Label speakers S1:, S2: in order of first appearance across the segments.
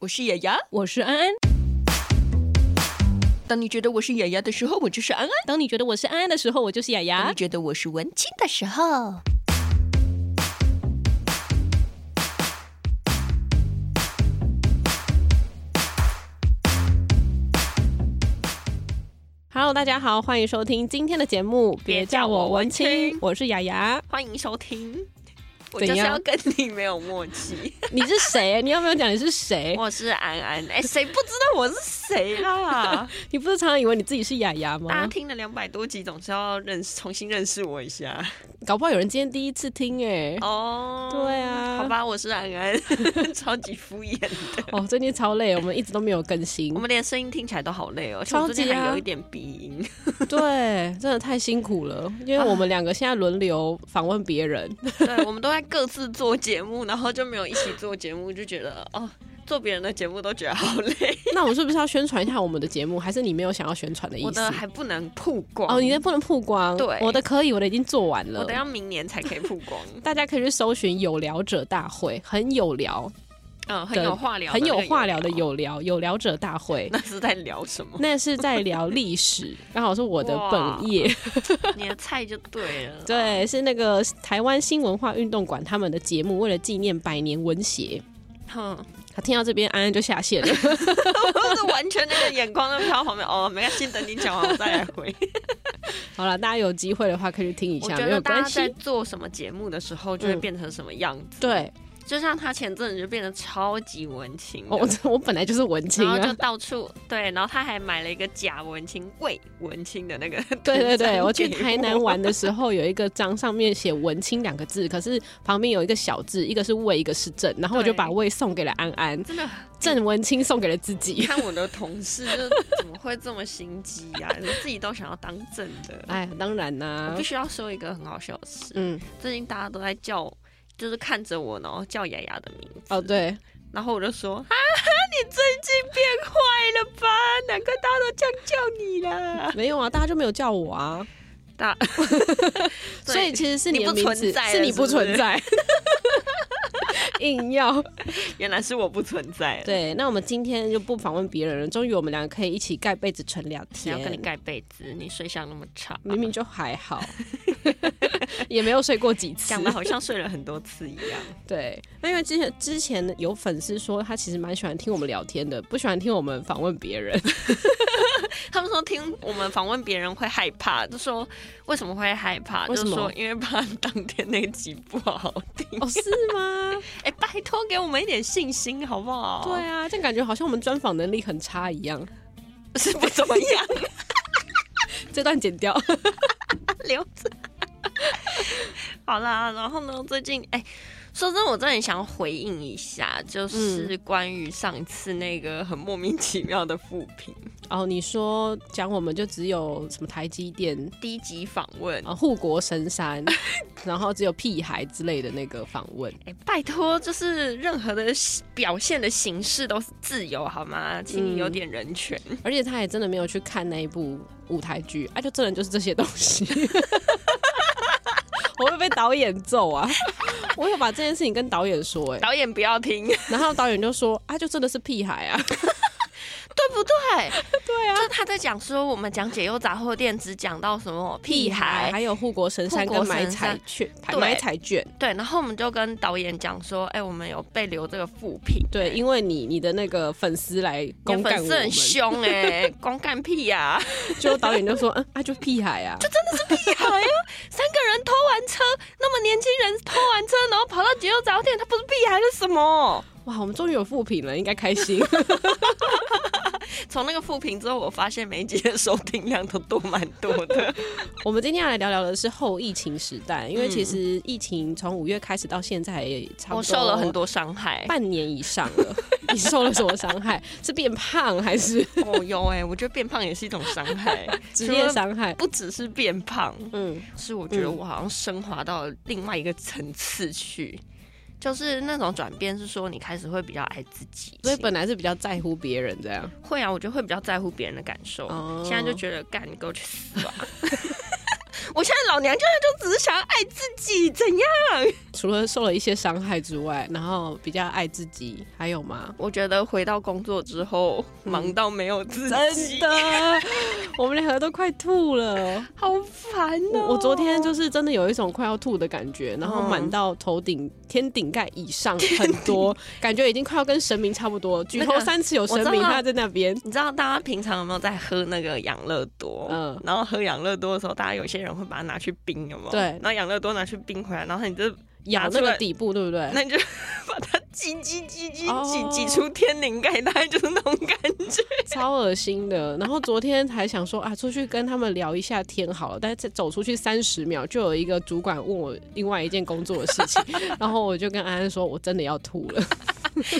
S1: 我是雅雅。
S2: 我是安安。
S1: 当你觉得我是雅雅的时候，我就是安安；
S2: 当你觉得我是安安的时候，我就是雅
S1: 当
S2: 雅
S1: 你。觉得我是文青的时候，
S2: Hello，大家好，欢迎收听今天的节目。别叫我文
S1: 别叫
S2: 青，我是雅雅。
S1: 欢迎收听。我
S2: 怎
S1: 就是
S2: 样
S1: 要跟你没有默契。
S2: 你是谁？ 你有没有讲你是谁？
S1: 我是安安，哎、谁不知道我是谁啊 啦？
S2: 你不是常常以为你自己是雅雅
S1: 大家
S2: 吗？
S1: 听了两百多集，总是要认识重新认识我一下
S2: 搞不好有人今天第一次听哎、
S1: 哦。
S2: 对啊
S1: 好吧，我是安安， 超级敷衍的。
S2: 哦，最近超累，我们一直都没有更新
S1: 我。们连声音听起来都好累哦，而且我
S2: 超
S1: 最
S2: 级
S1: 近还
S2: 啊
S1: 有一点鼻 音。
S2: 对，真的太辛苦了，因为我们两个现在轮流访问别 人。
S1: 对，我们都在各自做节目，然后就没有一起做节目，就觉得哦，做别人的节目都觉得好累，
S2: 那我们是不是要宣传一下我们的节目？还是你没有想要宣传的意
S1: 我
S2: 思
S1: 的？还不能曝光
S2: 哦，你的不能曝光。
S1: 对
S2: 我的可以，我的已经做完了。
S1: 我的要明年才可以曝 光，
S2: 大家可以去搜寻“有聊者大会”，很有聊，
S1: 嗯，很有话聊的
S2: 哦很
S1: 那个，
S2: 有话聊的有聊，有聊者大会
S1: 。那是在聊什 么？
S2: 那是在聊历史，刚好是我的本业，
S1: 你的菜就 对了，
S2: 对，是那个台湾新文化运动馆他们的节目，为了纪念百年文协。
S1: 哼，
S2: 他听到这边，安安就下线 了。
S1: 都是完全那个眼光都飘旁边， 哦，没关系，等你讲完我再来 回。
S2: 好了，大家有机会的话可以去听一
S1: 我
S2: 下，
S1: 觉
S2: 没
S1: 得
S2: 有
S1: 大
S2: 关
S1: 家在
S2: 系。
S1: 做什么节目的时候，就会
S2: 嗯
S1: 变成什么样子，
S2: 对，
S1: 就像他前阵子就变得超级文青的，
S2: 哦我我本来就是文青
S1: 然后就
S2: 啊，
S1: 到处对，然后他还买了一个假文青、伪文青的那个图
S2: 对 对
S1: 章
S2: 对，我去
S1: 给
S2: 台南
S1: 我
S2: 玩的时候，有一个章上面写“文青”两个字，可是旁边有一个小字，一个是“魏”，一个是“郑”，然后我就
S1: 对
S2: 把“魏”送给了安安，
S1: 真的
S2: 郑文清送给了自
S1: 你
S2: 己。
S1: 看我的同事就怎么会这么心机呀、 你自己都想要当正的。
S2: 哎，当然啦、
S1: 我必须要说一个很好笑的事，
S2: 嗯，
S1: 最近大家都在叫，就是看着我，然后叫雅雅的名字，
S2: 哦对，
S1: 然后我就说 啊，你最近变坏了吧？难怪大家都这样叫你 啦。
S2: 没有啊，大家就没有叫我啊，
S1: 大，
S2: 所以其实是
S1: 你
S2: 的
S1: 不
S2: 名字
S1: 存在了
S2: 是你不
S1: 是不是
S2: 存在， 硬要
S1: 原来是我不存在了。，
S2: 对。那我们今天就不访问别人了，终于我们两个可以一起盖被子纯聊
S1: 谁
S2: 天。
S1: 要跟你盖被子？你睡相那么差。
S2: 明明就还好， 也没有睡过几次
S1: 讲。的好像睡了很多次一样。
S2: 对，那因为之前之前有粉丝说他其实蛮喜欢听我们聊天的，不喜欢听我们访问别人。
S1: 他们说听我们访问别人会害怕，就说为什么会害怕？
S2: 为什
S1: 就
S2: 么
S1: 说因为怕当天那集不好听。
S2: 哦，是吗？
S1: 哎、拜托给我们一点信心好不好？
S2: 对，啊，这样感觉好像我们专访能力很差一样。
S1: 是不怎么样，
S2: 这段剪掉。
S1: 留着。好啦，然后呢？最近哎、说真的，我真的很想回应一下，就是关于上次那个很莫名其妙的复 评，
S2: 哦，你说讲我们就只有什么台积电
S1: 低级访问。
S2: 啊、护国神 山，然后只有屁孩之类的那个访问。
S1: 哎、拜托，就是任何的表现的形式都是自由，好吗？请你有点人权。
S2: 而且他也真的没有去看那一部舞台剧，啊，就真的就是这些东 西。我会被导演揍 啊！我有把这件事情跟导演说、哎，
S1: 导演不要听， 对
S2: 然后导演就说啊，就真的是屁孩啊，
S1: 不对？ 对啊，就他在讲说，我们讲解忧杂货店只讲到什么屁孩，
S2: 还有护国神山
S1: 护
S2: 跟
S1: 国神
S2: 买
S1: 山
S2: 彩券，
S1: 对
S2: 买彩券，
S1: 对，然后我们就跟导演讲说，哎、我们有被留这个负评，
S2: 对，因为你你的那个粉丝来
S1: 你
S2: 公
S1: 粉
S2: 干我
S1: 丝
S2: 们
S1: 很，凶 哎、光干屁呀、
S2: 就导演就说嗯啊，就屁孩 啊，
S1: 屁孩啊！三个人偷完车，那么年轻人偷完车，然后跑到解忧杂货店，他不是屁孩是什么？
S2: 哇，我们终于有副评了，应该 开心。
S1: 从那个负评之后，我发现每一集的收听量都多蛮多的。
S2: 我们今天要来聊聊的是后疫情时代，因为其实疫情从五月开始到现在也差不多，
S1: 我受了很多伤害。
S2: 半年以上了。 你受了什么伤害？是变胖还是
S1: 哦，有哎、我觉得变胖也是一种伤 害，
S2: 职业伤害？
S1: 不只是变胖，
S2: 嗯，
S1: 是我觉得我好像升华到另外一个层次去，就是那种转变是说你开始会比较爱自己，
S2: 所以本来是比较在乎别人这样。
S1: 会啊，我觉得会比较在乎别人的感受，
S2: 哦
S1: 现在就觉得干你给我去死吧。 我现在老娘现在就只是想要爱自己，怎样？
S2: 除了受了一些伤害之外，然后比较爱自己，还有吗？
S1: 我觉得回到工作之后，忙到没有自己，
S2: 真的，我们两个都快吐 了。
S1: 好烦哦！
S2: 我我昨天就是真的有一种快要吐的感觉，然后
S1: 嗯
S2: 满到头顶、天顶盖以上很多，感觉已经快要跟神明差不多。举头
S1: 那个
S2: 三尺有神
S1: 我知
S2: 明，
S1: 道
S2: 他在那边。
S1: 你知道大家平常有没有在喝那个养乐多？
S2: 嗯
S1: 嗯，然后喝养乐多的时候，大家有些人会把它拿去冰，有没有？
S2: 对呃
S1: 然后养乐多拿去冰回来，然后你就
S2: 咬
S1: 拿
S2: 那
S1: 出
S2: 个
S1: 来
S2: 底部，对不对？
S1: 那你就把它挤挤挤挤
S2: 哦
S1: 挤挤出天灵盖，大概就是那种感 觉。
S2: 超恶心的。然后昨天还想说啊，出去跟他们聊一下天好了，但是走出去三十秒，就有一个主管问我另外一件工作的事 情，然后我就跟安安说，我真的要吐了。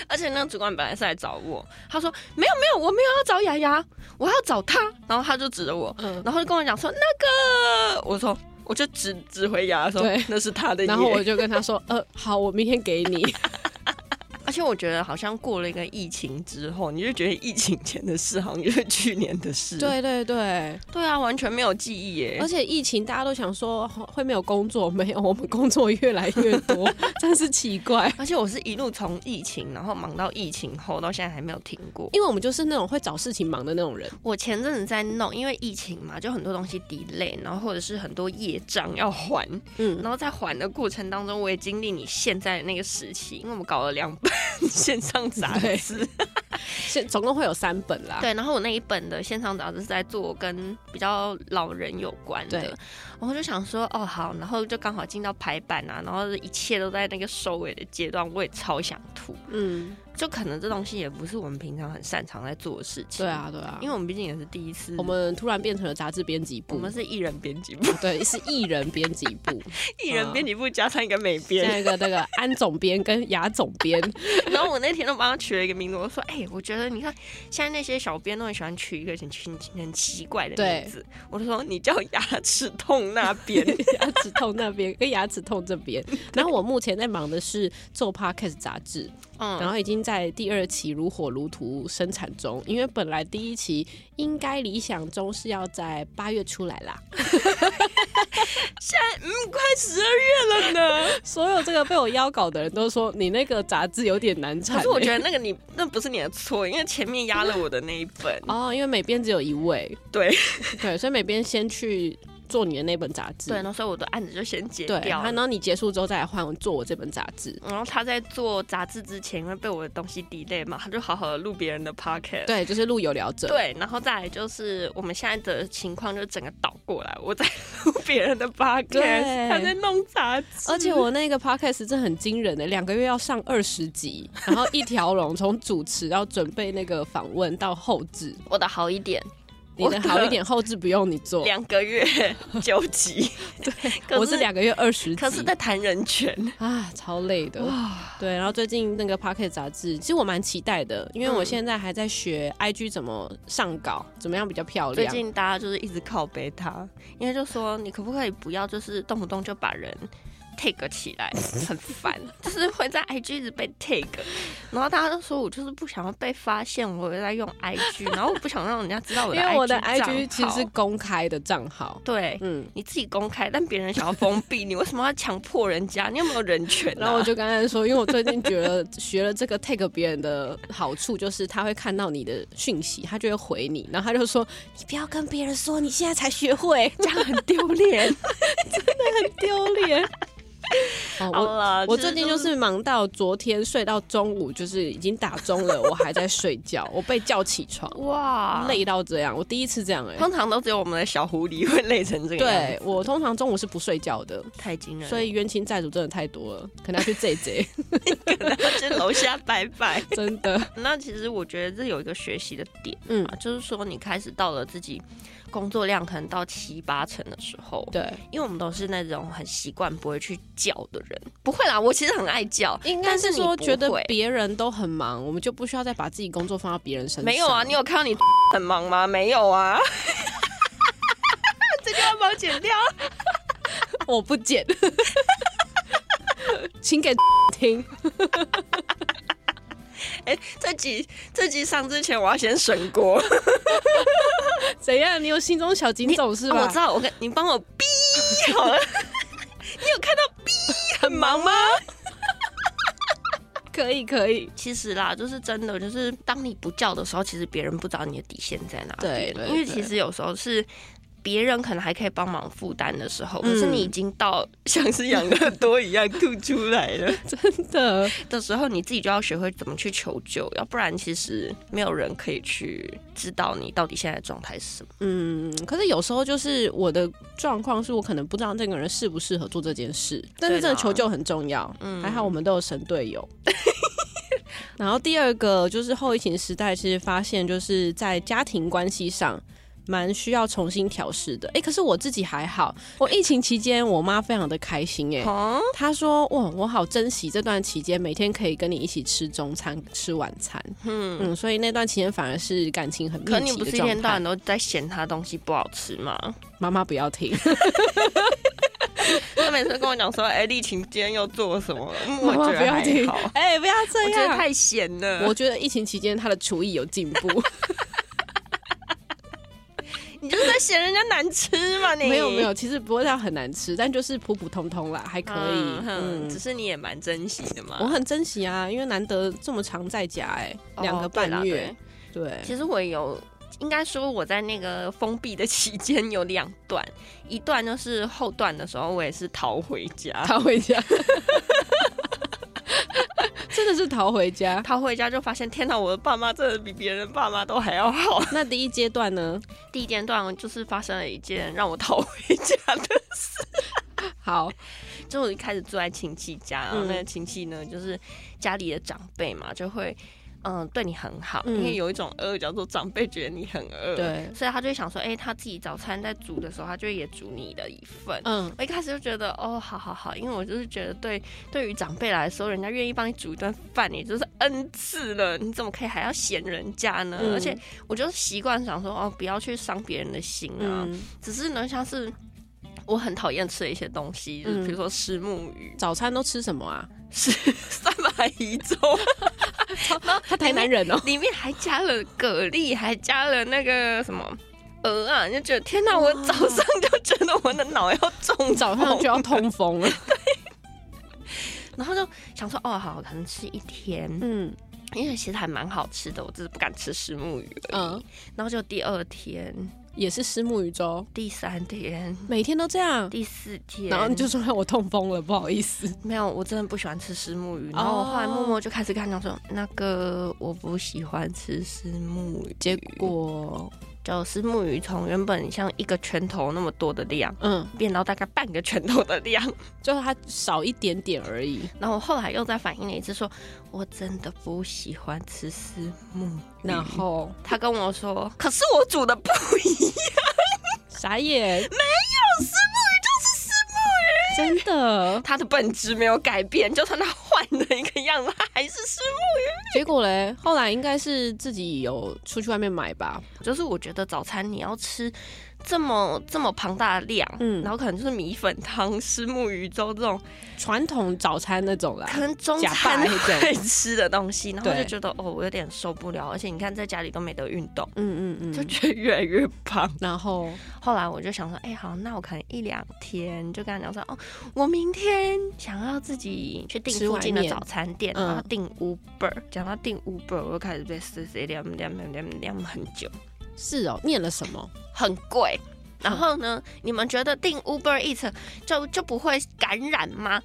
S1: 而且那个主管本来是来找我，他说没有没有，我没有要找雅雅，我要找她。然后他就指着我，
S2: 嗯，
S1: 然后就跟我讲说那个，我说我就指指回雅雅说
S2: 对
S1: 那是他的耶。
S2: 然后我就跟他说，呃，好，我明天给你。
S1: 而且我觉得好像过了一个疫情之后，你就觉得疫情前的事好像就是去年的事。
S2: 对对对，
S1: 对啊，完全没有记忆耶
S2: 而。且疫情大家都想说会没有工作，没有，我们工作越来越 多，真是奇怪。
S1: 而且我是一路从疫情，然后忙到疫情后，到现在还没有停过。
S2: 因为我们就是那种会找事情忙的那种人，
S1: 我前阵子在弄，因为疫情嘛，就很多东西 delay，然后或者是很多业障要还，
S2: 嗯，
S1: 然后在还的过程当中，我也经历你现在的那个时期，因为我们搞了两本 线上杂志，
S2: 现总共会有三本啦，
S1: 对，然后我那一本的线上杂志是在做跟比较老人有关的
S2: 对，
S1: 然后就想说哦好，然后就刚好进到排版啊，然后一切都在那个收尾的阶段，我也超想吐，
S2: 嗯，
S1: 就可能这东西也不是我们平常很擅长在做的事情，
S2: 对，啊，对啊，
S1: 因
S2: 为
S1: 为我们毕竟也是第一次，
S2: 我们突然变成了杂志编辑部，
S1: 我们是艺人编辑部，
S2: 对，是艺人编辑部，
S1: 艺人编辑部加上一个美编，
S2: 像一个那个安总编跟雅总编，
S1: 然后我那天都帮他取了一个名字，我说：“哎、我觉得你看现在那些小编都很喜欢取一个很很很奇怪的名字。”我就说：“你叫牙齿痛那边。
S2: 牙齿痛那边跟牙齿痛这边。然后我目前在忙的是做 podcast 杂志，” 然
S1: 嗯，
S2: 后已经在第二期如火如荼生产中，因为本来第一期应该理想中是要在八月出来 啦。
S1: 嗯快十二月了呢。
S2: 所有这个被我邀稿的人都说你那个杂志有点难产、
S1: 可
S2: 欸
S1: 是我觉
S2: 得。
S1: 得那个你那不是你的错，因为前面压了我的那一本。
S2: 哦，因为每边只有一位，
S1: 对
S2: 对，所以每边先去做你的那本杂志，
S1: 对，然后所以我的案子就先结
S2: 对，
S1: 掉
S2: 然后
S1: 了。
S2: 然后你结束之后再来换我做我这本杂志，
S1: 然后他在做杂志之前，因为被我的东西 delay 嘛，他就好好的录别人的 podcast。
S2: 对，就是录有聊者，，
S1: 对，然后再来就是我们现在的情况，就整个倒过来，我在 录别人的 podcast，
S2: 对
S1: 他在弄杂志，
S2: 而且我那个 podcast 真的很惊人的，两个月要上二十集，然后一条龙从主持到准备那个访问到后置，
S1: 我的好一点，
S2: 你的
S1: 我的
S2: 好一点后置不用你做，
S1: 两个月 九集，对
S2: 我是，两个月二十集，
S1: 可是在谈人权，
S2: 啊，超累的。
S1: 哇，
S2: 对，然后最近那个 Pocket 杂志，其实我蛮期待的，因为我
S1: 嗯
S2: 现在还在学 IG 怎么上稿，怎么样比较漂
S1: 最
S2: 亮。
S1: 近大家就是一直靠背他，因为就说你可不可以不要就是动不动就把人。take 起来很烦，就是会在 IG 一直被 take，然后大家都说我就是不想要被发现我有在用 IG，然后我不想让人家知道我
S2: 因
S1: 的 IG
S2: 为我的
S1: 账
S2: IG 其实
S1: 号
S2: 是公开的账号，
S1: 对，
S2: 嗯，
S1: 你自己公开，但别人想要封闭你，为什么要强迫人家？你有没有人权、啊？
S2: 然后我就跟他说，因为我最近觉得学了这个 take 别人的好处，就是他会看到你的讯息，他就会回你，然后他就说你不要跟别人说你现在才学会，
S1: 这样很丢脸。
S2: 丢脸。 哦，
S1: 好
S2: 我
S1: 了，
S2: 我最近就是忙到昨天睡到中午，就是已经打钟了，我还在睡觉，我被叫起床，
S1: 哇，
S2: 累到这样，我第一次这样哎、
S1: 通常都只有我们的小狐狸会累成这个样子，
S2: 对啊我通常中午是不睡觉的，
S1: 太惊人了。
S2: 所以冤亲债主真的太多了，可能要去 J J，
S1: 去楼下拜拜。
S2: 真的。
S1: 那其实我觉得这有一个学习的点
S2: 嗯
S1: 啊，就是说你开始到了自己工作量可能到七八成的时候，
S2: 对，
S1: 因为我们都是那种很习惯不会去叫的人，不会啦，我其实很爱叫，
S2: 应
S1: 该
S2: 该
S1: 是
S2: 是
S1: 你
S2: 说
S1: 不
S2: 觉得
S1: 会
S2: 别人都很忙，我们就不需要再把自己工作放到别人身上。
S1: 没有啊，你有看到你 很忙吗？没有啊。 这个要帮我剪掉。
S2: 我不剪， 请给听。
S1: 哎、这集这集上之前，我要先审锅。
S2: 怎样？你有心中小警总是
S1: 啊
S2: 吧？
S1: 我知道，我跟你帮我逼好了。 你有看到逼很忙吗？
S2: 可以可以，
S1: 其实啦，就是真的，就是当你不叫的时候，其实别人不知道你的底线在哪里。
S2: 对对
S1: 因为
S2: 对
S1: 其实有时候是。别人可能还可以帮忙负担的时候，
S2: 嗯
S1: 可是你已经到 像是养乐多一样吐出来 了
S2: 真的
S1: 的时候，你自己就要学会怎么去求救，要不然其实没有人可以去知道你到底现在的状态是什么。
S2: 嗯，可是有时候就是我的状况是我可能不知道这个人适不适合做这件事，但是
S1: 对
S2: 真
S1: 啦
S2: 的求救很重要。
S1: 嗯
S2: 还好我们都有神队友。 然后第二个就是后疫情时代，其实发现就是在家庭关系上。蛮需要重新调试的，哎、可是我自己还好。我疫情期间，我妈非常的开心、诶。
S1: 哦，
S2: 她说：“哇，我好珍惜这段期间，每天可以跟你一起吃中餐、吃晚餐。”嗯嗯，所以那段期间反而是感情很密集
S1: 可
S2: 的
S1: 你
S2: 状态。
S1: 不是一天到晚都在嫌他东西不好吃吗？
S2: 妈妈不要听，
S1: 他每次跟我讲说：“哎、丽琴今天又做了什么？”嗯 我觉
S2: 妈妈不
S1: 得
S2: 要
S1: 还
S2: 听
S1: 好，，
S2: 哎、不要这
S1: 我觉得
S2: 样。
S1: 太闲了。
S2: 我觉得疫情期间她的厨艺有进 步，
S1: 你就是在嫌人家难吃嘛？你
S2: 没有没有，其实不会到很难吃，但就是普普通通啦，还可以。
S1: 嗯哼
S2: 嗯
S1: 只是你也蛮珍惜的嘛。
S2: 我很珍惜啊，因为难得这么长在家、
S1: 哦
S2: 哎，两个半月，。对
S1: 对啦对其实我有，应该说我在那个封闭的期间有两段，一段就是后段的时候，我也是逃回 家。
S2: 逃回家， 真的是逃回家。
S1: 逃回家就发现，天哪！我的爸妈真的比别人爸妈都还要好。
S2: 那第一阶段呢？
S1: 第一阶段就是发生了一件让我逃回家的
S2: 好，
S1: 就我一开始住在亲戚家，然后
S2: 嗯
S1: 那个亲戚呢，就是家里的长辈嘛，就会嗯、对你很好，
S2: 嗯
S1: 因为有一种呃饿叫做长辈觉得你很呃饿，，
S2: 对，
S1: 所以他就会想说，哎、他自己早餐在煮的时候，他就也煮你的一份。
S2: 嗯，
S1: 我一开始就觉得哦，好好好，因为我就是觉得对，对于长辈来说，人家愿意帮你煮一顿饭，也就是恩赐了，你怎么可以还要嫌人家呢？
S2: 嗯
S1: 而且我就习惯想说，哦，不要去伤别人的心啊。
S2: 嗯，
S1: 只是呢，像是我很讨厌吃的一些东西，就是
S2: 嗯
S1: 比如说石目鱼、
S2: 早餐都吃什么啊？
S1: 是三白鱼粥，
S2: 他台南 人哦、
S1: 里面还加了蛤蜊，还加了那个什么。鹅啊，你就觉得天哪！我早上就觉得我的脑要中
S2: 早上就
S1: 风，
S2: 要通风了。
S1: 然后就想说哦，好，可能吃一天，
S2: 嗯
S1: 因为其实还蛮好吃的，我只是不敢吃石目鱼而已。
S2: 嗯，
S1: 然后就第二天、
S2: 也是虱目鱼粥，
S1: 第三天、
S2: 每天都这样。
S1: 第四天，
S2: 然后你就说我痛风了，不好意思。
S1: 没有，我真的不喜欢吃石目鱼。然后
S2: 哦
S1: 我后来默默就开始跟他讲说，那个我不喜欢吃石目鱼。
S2: 结果，
S1: 就石目鱼从原本像一个拳头那么多的量，
S2: 嗯，
S1: 变到大概半个拳头的量。
S2: 就是它少一点点而已。
S1: 然后我后来又再反应了一次说，我真的不喜欢吃石目鱼。
S2: 然后
S1: 他跟我说，可是我煮的不一样，
S2: 傻眼，
S1: 石目鱼就是石目鱼。
S2: 真的。
S1: 它的本质没有改变，就算它换了一个样子，它还是石
S2: 结果嘞，后来应该是自己有出去外面买吧。
S1: 就是我觉得早餐你要吃这么这么庞大的量，
S2: 嗯
S1: 然后可能就是米粉汤、虱目鱼粥这种，
S2: 传统早餐那种啦，
S1: 可能中
S2: 假
S1: 餐
S2: 扮那种
S1: 会吃的东西，然后就
S2: 对
S1: 觉得哦，我有点受不了，而且你看在家里都没得运动，
S2: 嗯嗯
S1: 就
S2: 嗯。
S1: 觉得越来越胖。
S2: 然后
S1: 后来我就想说，哎、好，那我可能一两天就跟他讲说，哦，我明天想要自己去订
S2: 吃
S1: 附
S2: 外
S1: 近的
S2: 面
S1: 早餐店，
S2: 嗯
S1: 然后订 Uber。讲到订 Uber，我就开始被碎碎念念念念念很久。
S2: 是哦，念了什么？
S1: 很贵。然后呢，你们觉得订 Uber Eats 就就不会感染吗？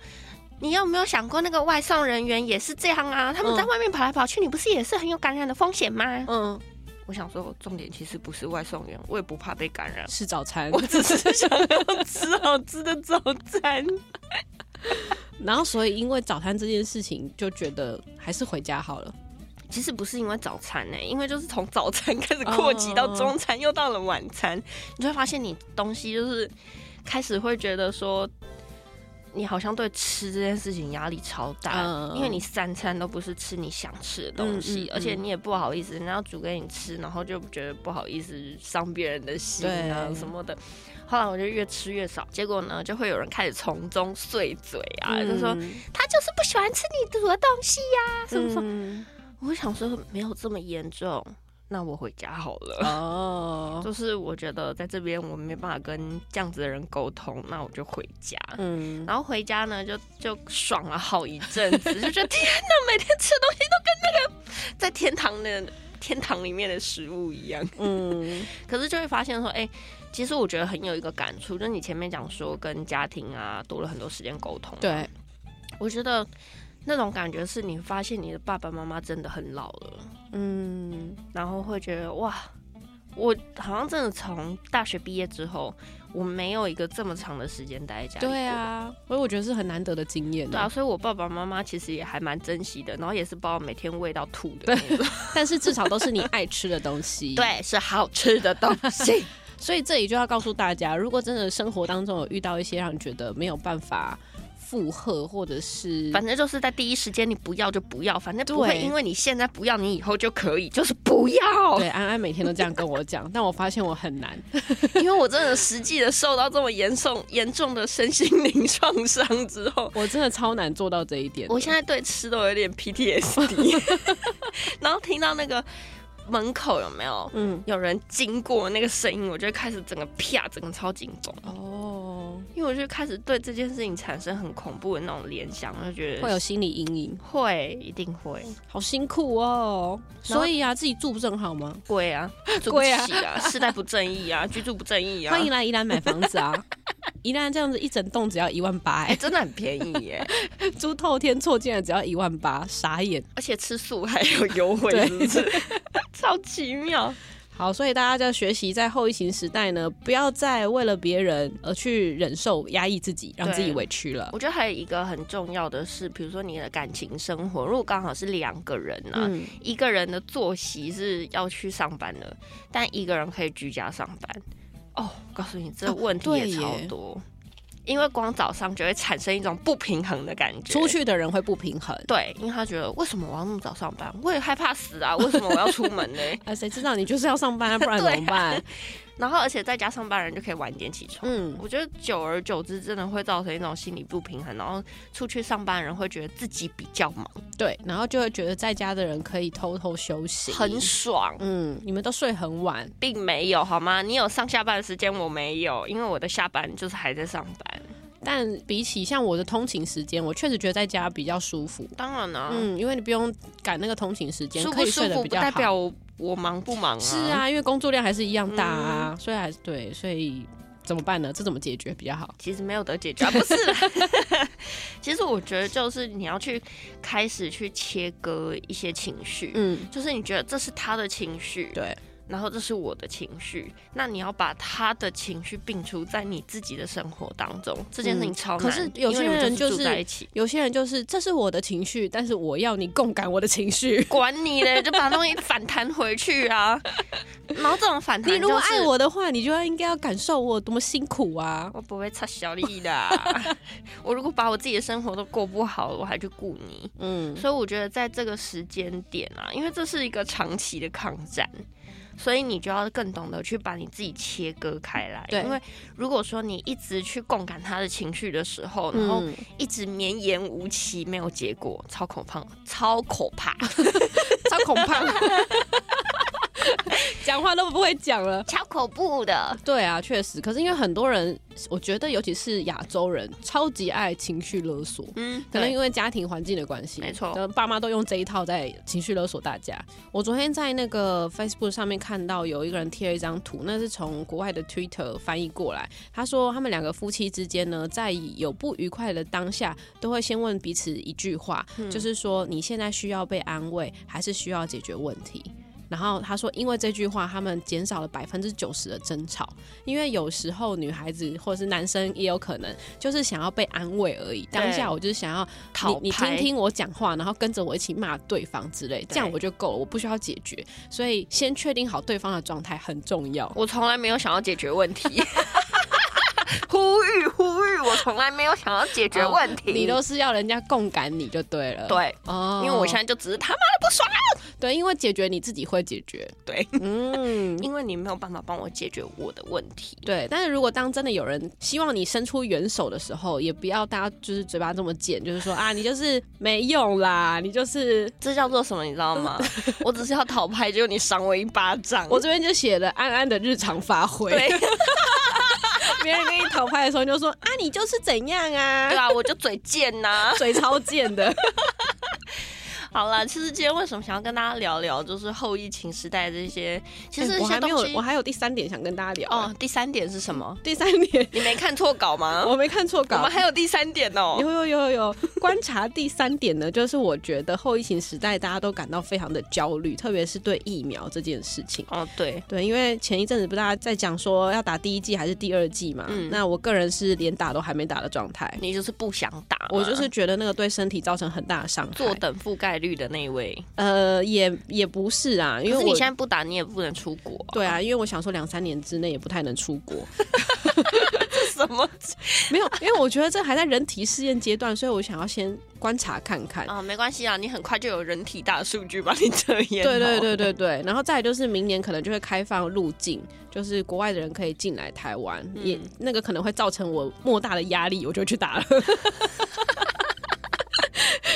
S1: 你有没有想过，那个外送人员也是这样啊？他们在外面跑来跑去，你不是也是很有感染的风险吗？
S2: 嗯，
S1: 我想说，重点其实不是外送员，我也不怕被感染，
S2: 吃早餐
S1: 我。只是想要 吃好吃的早餐。
S2: 然后所以因为早餐这件事情，就觉得还是回家好了。
S1: 其实不是因为早餐呢、因为就是从早餐开始扩及到中
S2: 哦
S1: 餐，又到了晚餐，你就会发现你东西就是开始会觉得说，你好像对吃这件事情压力超大，
S2: 嗯
S1: 因为你三餐都不是吃你想吃的东西，
S2: 嗯嗯嗯
S1: 而且你也不好意思，人家要煮给你吃，然后就觉得不好意思伤别人的心啊
S2: 对
S1: 什么的。后来我就越吃越少，结果呢，就会有人开始从中碎嘴啊，就说啊
S2: 嗯
S1: 他就是不喜欢吃你煮的东西呀、什么什么。
S2: 嗯
S1: 我想说没有这么严重，那我回家好了。
S2: 哦，
S1: 就是我觉得在这边我没办法跟这样子的人沟通，那我就回家。
S2: 嗯，
S1: 然后回家呢，就就爽了好一阵子，就觉得天哪，每天吃的东西都跟那个在天堂的天堂里面的食物一样。
S2: 嗯，
S1: 可是就会发现说，哎、其实我觉得很有一个感触，就是你前面讲说跟家庭啊多了很多时间沟通，，
S2: 对，
S1: 我觉得那种感觉是你发现你的爸爸妈妈真的很老了，
S2: 嗯，
S1: 然后会觉得哇，我好像真的从大学毕业之后，我没有一个这么长的时间待在家里，
S2: 对。啊，所以我觉得是很难得的经验
S1: 对啊，，所以我爸爸妈妈其实也还蛮珍惜的，然后也是把我每天喂到吐的那种。
S2: 但是至少都是你爱吃的东 西。，
S1: 对，是好吃的东西。
S2: 所以这里就要告诉大家，如果真的生活当中有遇到一些让你觉得没有办法负荷，或者是
S1: 反正就是在第一时间你不要就不要，反正不会
S2: 对
S1: 因为你现在不要，你以后就可以，就是不要。
S2: 对安安每天都这样跟 我讲，但我发现我很难。
S1: 因为我真的实际的受到这么严重严重的身心灵创伤之后，
S2: 我真的超难做到这一点的。
S1: 我现在对吃都有点 PTSD。然后听到那个门口有没有
S2: 嗯
S1: 有人经过那个声音，我就开始整个啪，整个超紧绷，
S2: 哦，
S1: 因为我就开始对这件事情产生很恐怖的那种联想，我就觉得
S2: 会有心理阴影，
S1: 会一定会
S2: 好辛苦哦。
S1: 然后
S2: 所以啊，自己住不是很好吗？
S1: 贵 啊，住不
S2: 贵啊
S1: 起啊，世代不正义 啊，居住不正义啊，
S2: 欢迎来宜兰买房 子啊！宜兰这样子一整栋只要一万八、
S1: 哎、
S2: 哎，
S1: 真的很便宜耶、
S2: 租透天错竟然只要一万八，傻眼。
S1: 而且吃素还有优惠，
S2: 对
S1: 是不是？ 超奇妙。
S2: 好，所以大家在学习在后疫情时代呢，不要再为了别人而去忍受压抑自己，让自己委屈了。
S1: 我觉得还有一个很重要的是，比如说你的感情生活，如果刚好是两个人呢、
S2: 嗯，
S1: 一个人的作息是要去上班的，但一个人可以居家上班。哦，我告诉你，这
S2: 哦
S1: 问题
S2: 对
S1: 也超
S2: 耶
S1: 多，因为光早上就会产生一种不平衡的感觉。
S2: 出去的人会不平衡。
S1: 对，因为他觉得为什么我要那么早上班？我也害怕死啊！为什么我要出门呢？
S2: 啊，谁知道你就是要上班啊，不然怎么办？
S1: 然后，而且在家上班的人就可以晚点起床。
S2: 嗯，
S1: 我觉得久而久之，真的会造成一种心理不平衡，然后出去上班的人会觉得自己比较忙，
S2: 对，然后就会觉得在家的人可以偷偷休息，
S1: 很爽，
S2: 嗯，你们都睡很晚，
S1: 并没有好吗？你有上下班的时间，我没有，因为我的下班就是还在上班。
S2: 但比起像我的通勤时间，我确实觉得在家比较舒服。
S1: 当然啦、
S2: 嗯，因为你不用赶那个通勤时间，
S1: 舒
S2: 可
S1: 不
S2: 以
S1: 舒
S2: 睡得
S1: 服
S2: 比
S1: 不
S2: 较
S1: 代
S2: 好。啊
S1: 表我我忙不忙啊。
S2: 是，啊，因为工作量还是一样大啊，所以还是对，所以怎么办呢？这怎么解决比较好？
S1: 其实没有得解决，啊、不是啦。 其实我觉得就是你要去开始去切割一些情绪，
S2: 嗯，
S1: 就是你觉得这是他的情绪，
S2: 对，
S1: 然后这是我的情绪，那你要把他的情绪摒除在你自己的生活当中，这件事情超难。
S2: 嗯可是有些
S1: 因为你们
S2: 人
S1: 就
S2: 就是是
S1: 住在一起，
S2: 有些人就是这是我的情绪，但是我要你共感我的情 绪。
S1: 管你嘞，就把东西反弹回去 啊。然后这种反弹、
S2: 你
S1: 就是，
S2: 如果爱，我的话，你就要应该要感受我多么辛苦啊！
S1: 我不会插小丽的啊。 我如果把我自己的生活都过不好，我还去顾你。
S2: 嗯，
S1: 所以我觉得在这个时间点啊，因为这是一个长期的抗战，所以你就要更懂得去把你自己切割开来。
S2: 对
S1: 因为如果说你一直去共感他的情绪的时候，然
S2: 然
S1: 后
S2: 后
S1: 一直绵延无期，没有结果，超可怕，超可怕，
S2: 哦超恐怕， 讲话都不会讲了。
S1: 超恐怖的。
S2: 对啊，确实。可是因为很多人，我觉得尤其是亚洲人，超级爱情绪勒索。
S1: 嗯，
S2: 可能
S1: 对，
S2: 因为家庭环境的关系，
S1: 没错
S2: 可能爸妈都用这一套在情绪勒索大家。我昨天在那个 Facebook 上面看到有一个人贴了一张图，那是从国外的 Twitter 翻译过来。他说他们两个夫妻之间呢，在有不愉快的当下，都会先问彼此一句话，
S1: 嗯
S2: 就是说你现在需要被安慰，还是需要解决问题？然后他说，因为这句话，他们减少了百分之九十的争吵。因为有时候女孩子或者是男生也有可能，就是想要被安慰而已。当下我就是想要
S1: 讨
S2: 你你
S1: 拍
S2: 听听我讲话，然后跟着我一起骂对方之类，这样我就够了，我不需要解决。所以先确定好对方的状态很重要。
S1: 我从来没有想要解决问题。呼吁呼吁，我从来没有想要解决问题。
S2: 哦你都是要人家共感你就嗯对了。
S1: 对，
S2: 哦
S1: 因为我现在就只是他妈的不爽，
S2: 对，因为解决你自己会解决。
S1: 对，
S2: 嗯，
S1: 因为你没有办法帮我解决我的问题。
S2: 对。但是如果当真的有人希望你伸出援手的时候，也不要大家就是嘴巴这么贱，就是说啊，你就是没用啦，你就是
S1: 这叫做什么，你知道 吗？我只是要讨拍，结果你赏我一巴掌，
S2: 我这边就写了安安的日常发挥。
S1: 对
S2: 别人跟你讨拍的时候，你就说啊，你就是怎样啊
S1: 对，啊，我就嘴贱呐、
S2: 嘴超贱的。
S1: 好啦，其实今天为什么想要跟大家聊聊，就是后疫情时代这些，其
S2: 哎
S1: 实
S2: 我还没有
S1: 这些，
S2: 我
S1: 东西。
S2: 还有第三点想跟大家聊。哦，
S1: 哦，第三点是什 么？
S2: 第三 点
S1: 你没看错稿吗？
S2: 我没看错
S1: 我
S2: 稿
S1: 们。还有第三点哦。
S2: 有有有有有，观察第三点呢，就是我觉得后疫情时代大家都感到非常的焦虑，特别是对疫苗这件事情。
S1: 哦，对，
S2: 对，因为前一阵子不是大家在讲说要打第一剂还是第二剂嘛？
S1: 嗯啊
S2: 那我个人是连打都还没打的状态，
S1: 你就是不想打嘛，
S2: 我就是觉得那个对身体造成很大的伤害。
S1: 坐等覆盖率的那一位。
S2: 呃，也也不是啊，因
S1: 可
S2: 为
S1: 是
S2: 我
S1: 你现在不哦打，你也不能出 国、
S2: 对啊，因为我想说两三年之内也不太能出国，
S1: 什么？
S2: 没有，因为我觉得这还在人体试验阶段，所以我想要先观察看看。
S1: 啊、没关系啊，你很快就有人体大数据把你测验。
S2: 对对，对对对，然后再来就是明年可能就会开放入境，就是国外的人可以进来台湾，也那个可能会造成我莫大的压力，我就去打了。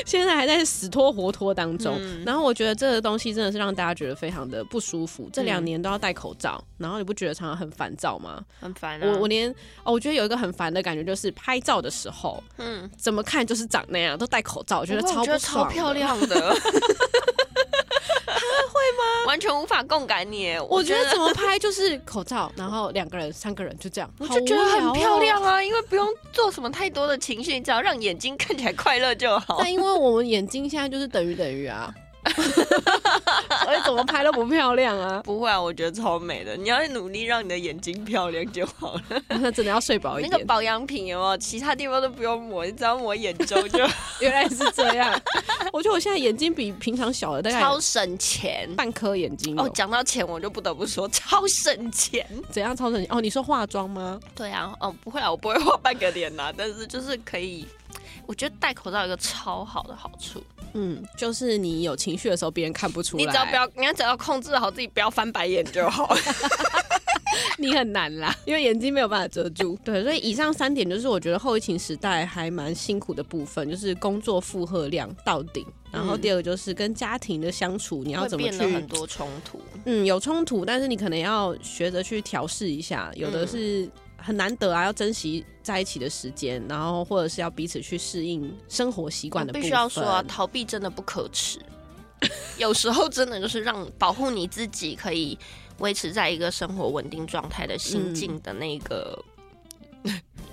S2: 现在还在死拖活拖当中，然后我觉得这个东西真的是让大家觉得非常的不舒服。这两
S1: 嗯
S2: 年都要戴口罩，然后你不觉得常常很烦躁吗？
S1: 很烦啊。
S2: 我我连哦，我觉得有一个很烦的感觉，就是拍照的时候，
S1: 嗯，
S2: 怎么看就是长那样，都戴口罩，我
S1: 我
S2: 觉得超
S1: 觉
S2: 不
S1: 得超
S2: 爽的
S1: 漂。亮 的。会吗？完全无法共感你耶，
S2: 我觉
S1: 觉
S2: 得怎么拍就是口罩，然后两个人、三个人就这样，
S1: 我
S2: 好
S1: 就觉得
S2: 无聊
S1: 很
S2: 哦
S1: 漂。亮啊，因为不用做什么太多的情绪，只要让眼睛看起来快乐就好。
S2: 但因为我们眼睛现在就是等于等 于啊，所以怎么拍都不漂亮啊。
S1: 不会啊，我觉得超美的。你要努力让你的眼睛漂亮就好了。
S2: 那真的要睡饱一
S1: 那
S2: 点。
S1: 个保养品有没有？其他地方都不用抹，你只要抹眼周就好
S2: 原来是这样，我觉得我现在眼睛比平常小了大概
S1: 超省钱。
S2: 半颗眼睛有
S1: 哦，讲到钱，我就不得不说超省钱。
S2: 怎样超神奇？哦，你说化妆吗？
S1: 对啊，哦，不会啊，我不会画半个脸呐、但是就是可以。我觉得戴口罩有一个超好的好处，
S2: 嗯，就是你有情绪的时候，别人看不出来。
S1: 你只要不要，你只要控制好自己，不要翻白眼就 好。
S2: 你很难 啦，因为眼睛没有办法遮住。对，所以以上三点就是我觉得后疫情时代还蛮辛苦的部分，就是工作负荷量到顶。然后第二个就是跟家庭的相处，你要怎
S1: 嗯
S2: 么
S1: 会变得很
S2: 去？
S1: 多冲突？
S2: 嗯，有冲突，但是你可能要学着去调试一下。有的是
S1: 嗯
S2: 很难得啊，要珍惜在一起的时间，然后或者是要彼此去适应生活习惯的
S1: 我
S2: 部分。
S1: 必须要说啊，逃避真的不可耻。 有时候真的就是让保护你自己，可以维持在一个生活稳定状态的心境的那个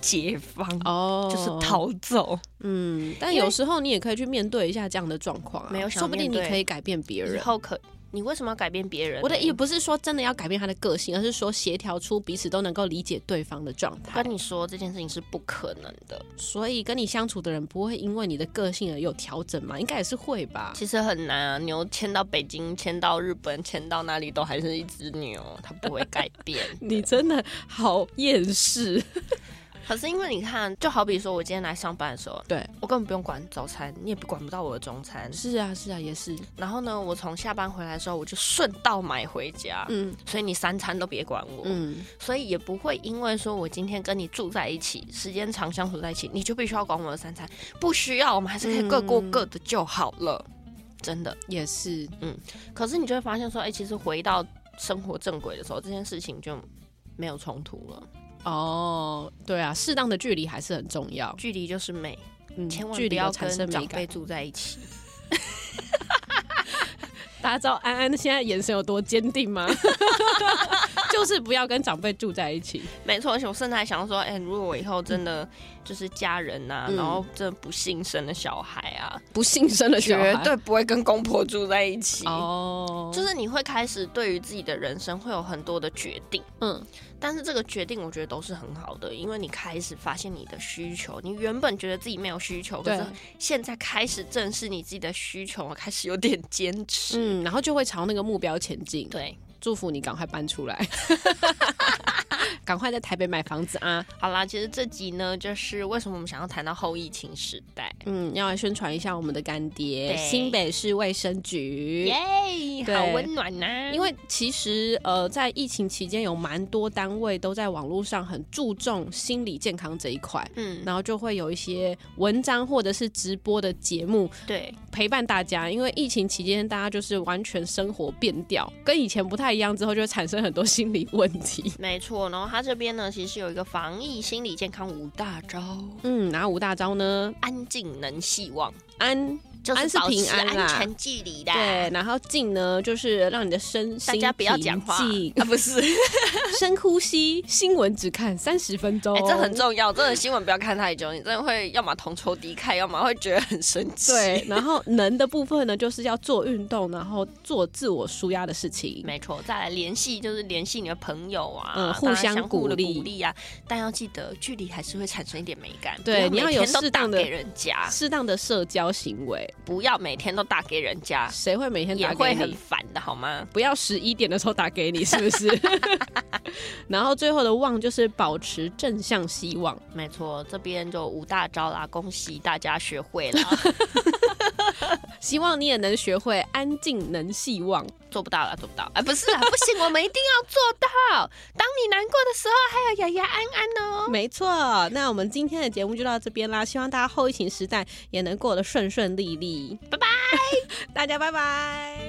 S1: 解放，
S2: 哦，
S1: 就是。逃走。
S2: 嗯，但
S1: 因为
S2: 有时候你也可以去面对一下这样的状况啊。
S1: 没有想
S2: 说
S1: 要
S2: 不
S1: 面
S2: 定你
S1: 对
S2: 可以改变别
S1: 以
S2: 人。
S1: 后可，你为什么要改变别人呢？
S2: 我的也不是说真的要改变他的个性，而是说协调出彼此都能够理解对方的状态
S1: 跟。你说这件事情是不可能的，
S2: 所以跟你相处的人不会因为你的个性而有调整嘛？应该也是会吧。
S1: 其实很难啊。牛迁到北京，迁到日本，迁到哪里都还是一只牛，它不会改 变。
S2: 你真的好厌世，
S1: 可是因为你看，就好比说我今天来上班的时候，
S2: 对
S1: 我根本不用管早餐，你也不管不到我的中餐。
S2: 是啊是啊，也是，
S1: 然后呢，我从下班回来的时候，我就顺道买回家。
S2: 嗯
S1: 所以你三餐都别管我，
S2: 嗯，
S1: 所以也不会因为说我今天跟你住在一起，时间长相处在一起，你就必须要管我的三餐，不需要，我们还是可以各过各的就好了，真的。
S2: 也是，
S1: 可是你就会发现说，哎、其实回到生活正轨的时候，这件事情就没有冲突了。
S2: 哦，对啊，适当的距离还是很重要，
S1: 距离就是美，
S2: 嗯，
S1: 千万
S2: 距
S1: 不
S2: 离
S1: 要
S2: 有产生
S1: 跟
S2: 美
S1: 长
S2: 感
S1: 辈。住在一起。
S2: 大家知道安安现在眼神有多坚定吗？ 就是不要跟长辈住在一起。
S1: 没错，而且我甚至还想说，哎、如果我以后真的就是家人呐、
S2: 嗯
S1: 然后真的不幸生了小孩啊，
S2: 不幸生的小孩，
S1: 绝对不会跟公婆住在一起。
S2: 哦，
S1: 就是你会开始对于自己的人生会有很多的决定，
S2: 嗯，
S1: 但是这个决定我觉得都是很好的，因为你开始发现你的需求，你原本觉得自己没有需求，可
S2: 对
S1: 是现在开始正视你自己的需求，开始有点坚持。
S2: 嗯，然后就会朝那个目标前进。
S1: 对，
S2: 祝福你赶快搬出来， 赶快在台北买房子啊！
S1: 好啦，其实这集呢，就是为什么我们想要谈到后疫情时代，
S2: 嗯，要来宣传一下我们的干爹
S1: 对
S2: 新北市卫生局。
S1: 耶、
S2: 对
S1: 好温暖呐、
S2: 因为其实呃，在疫情期间有蛮多单位都在网络上很注重心理健康这一块，
S1: 嗯，
S2: 然后就会有一些文章或者是直播的节目
S1: 对，
S2: 陪伴大家。因为疫情期间，大家就是完全生活变调，跟以前不太一样，之后就会产生很多心理问题。
S1: 没错。然后他这边呢，其实有一个防疫心理健康五大招：
S2: 嗯，然后五大招呢，
S1: 安静能希望，
S2: 安
S1: 就是
S2: 安是
S1: 保持
S2: 平安啦
S1: 安全距离的。
S2: 对，然后静呢就是让你的身
S1: 大
S2: 心
S1: 家不要
S2: 平
S1: 讲话
S2: 静
S1: 啊，不是，
S2: 深呼吸，新闻只看三十分钟、
S1: 哎、这很重要，真的新闻不要看太久，你真的会要么同仇敌忾，要么会觉得很生气。
S2: 对，，然后能的部分呢，就是要做运动，然后做自我舒压的事情。
S1: 没错。再来联系，就是联系你的朋友啊，
S2: 嗯
S1: 大家
S2: 互相
S1: 相互的
S2: 鼓励
S1: 鼓励啊。但要记得，距离还是会产生一点美感。
S2: 对
S1: 不
S2: 你要
S1: 每
S2: 有
S1: 天都
S2: 适
S1: 打
S2: 当的
S1: 给人家，
S2: 适当的社交行为，
S1: 不要每天都打给人家，
S2: 谁会每天
S1: 啊也
S2: 打
S1: 会
S2: 给
S1: 很
S2: 你？
S1: 烦的好吗？
S2: 不要十一点的时候打给你，是不 是？然后最后的望就是保持正向希望。
S1: 没错，这边就五大招啦，恭喜大家学会了，
S2: 希望你也能学会安静能希望。
S1: 做不到啦，做不到，哎，不是啦，不行，我们一定要做到。当你难过的时候，还有雅雅安安哦。
S2: 没错，那我们今天的节目就到这边啦，希望 大家后疫情时代也能过得顺顺利利。拜拜，大家拜拜。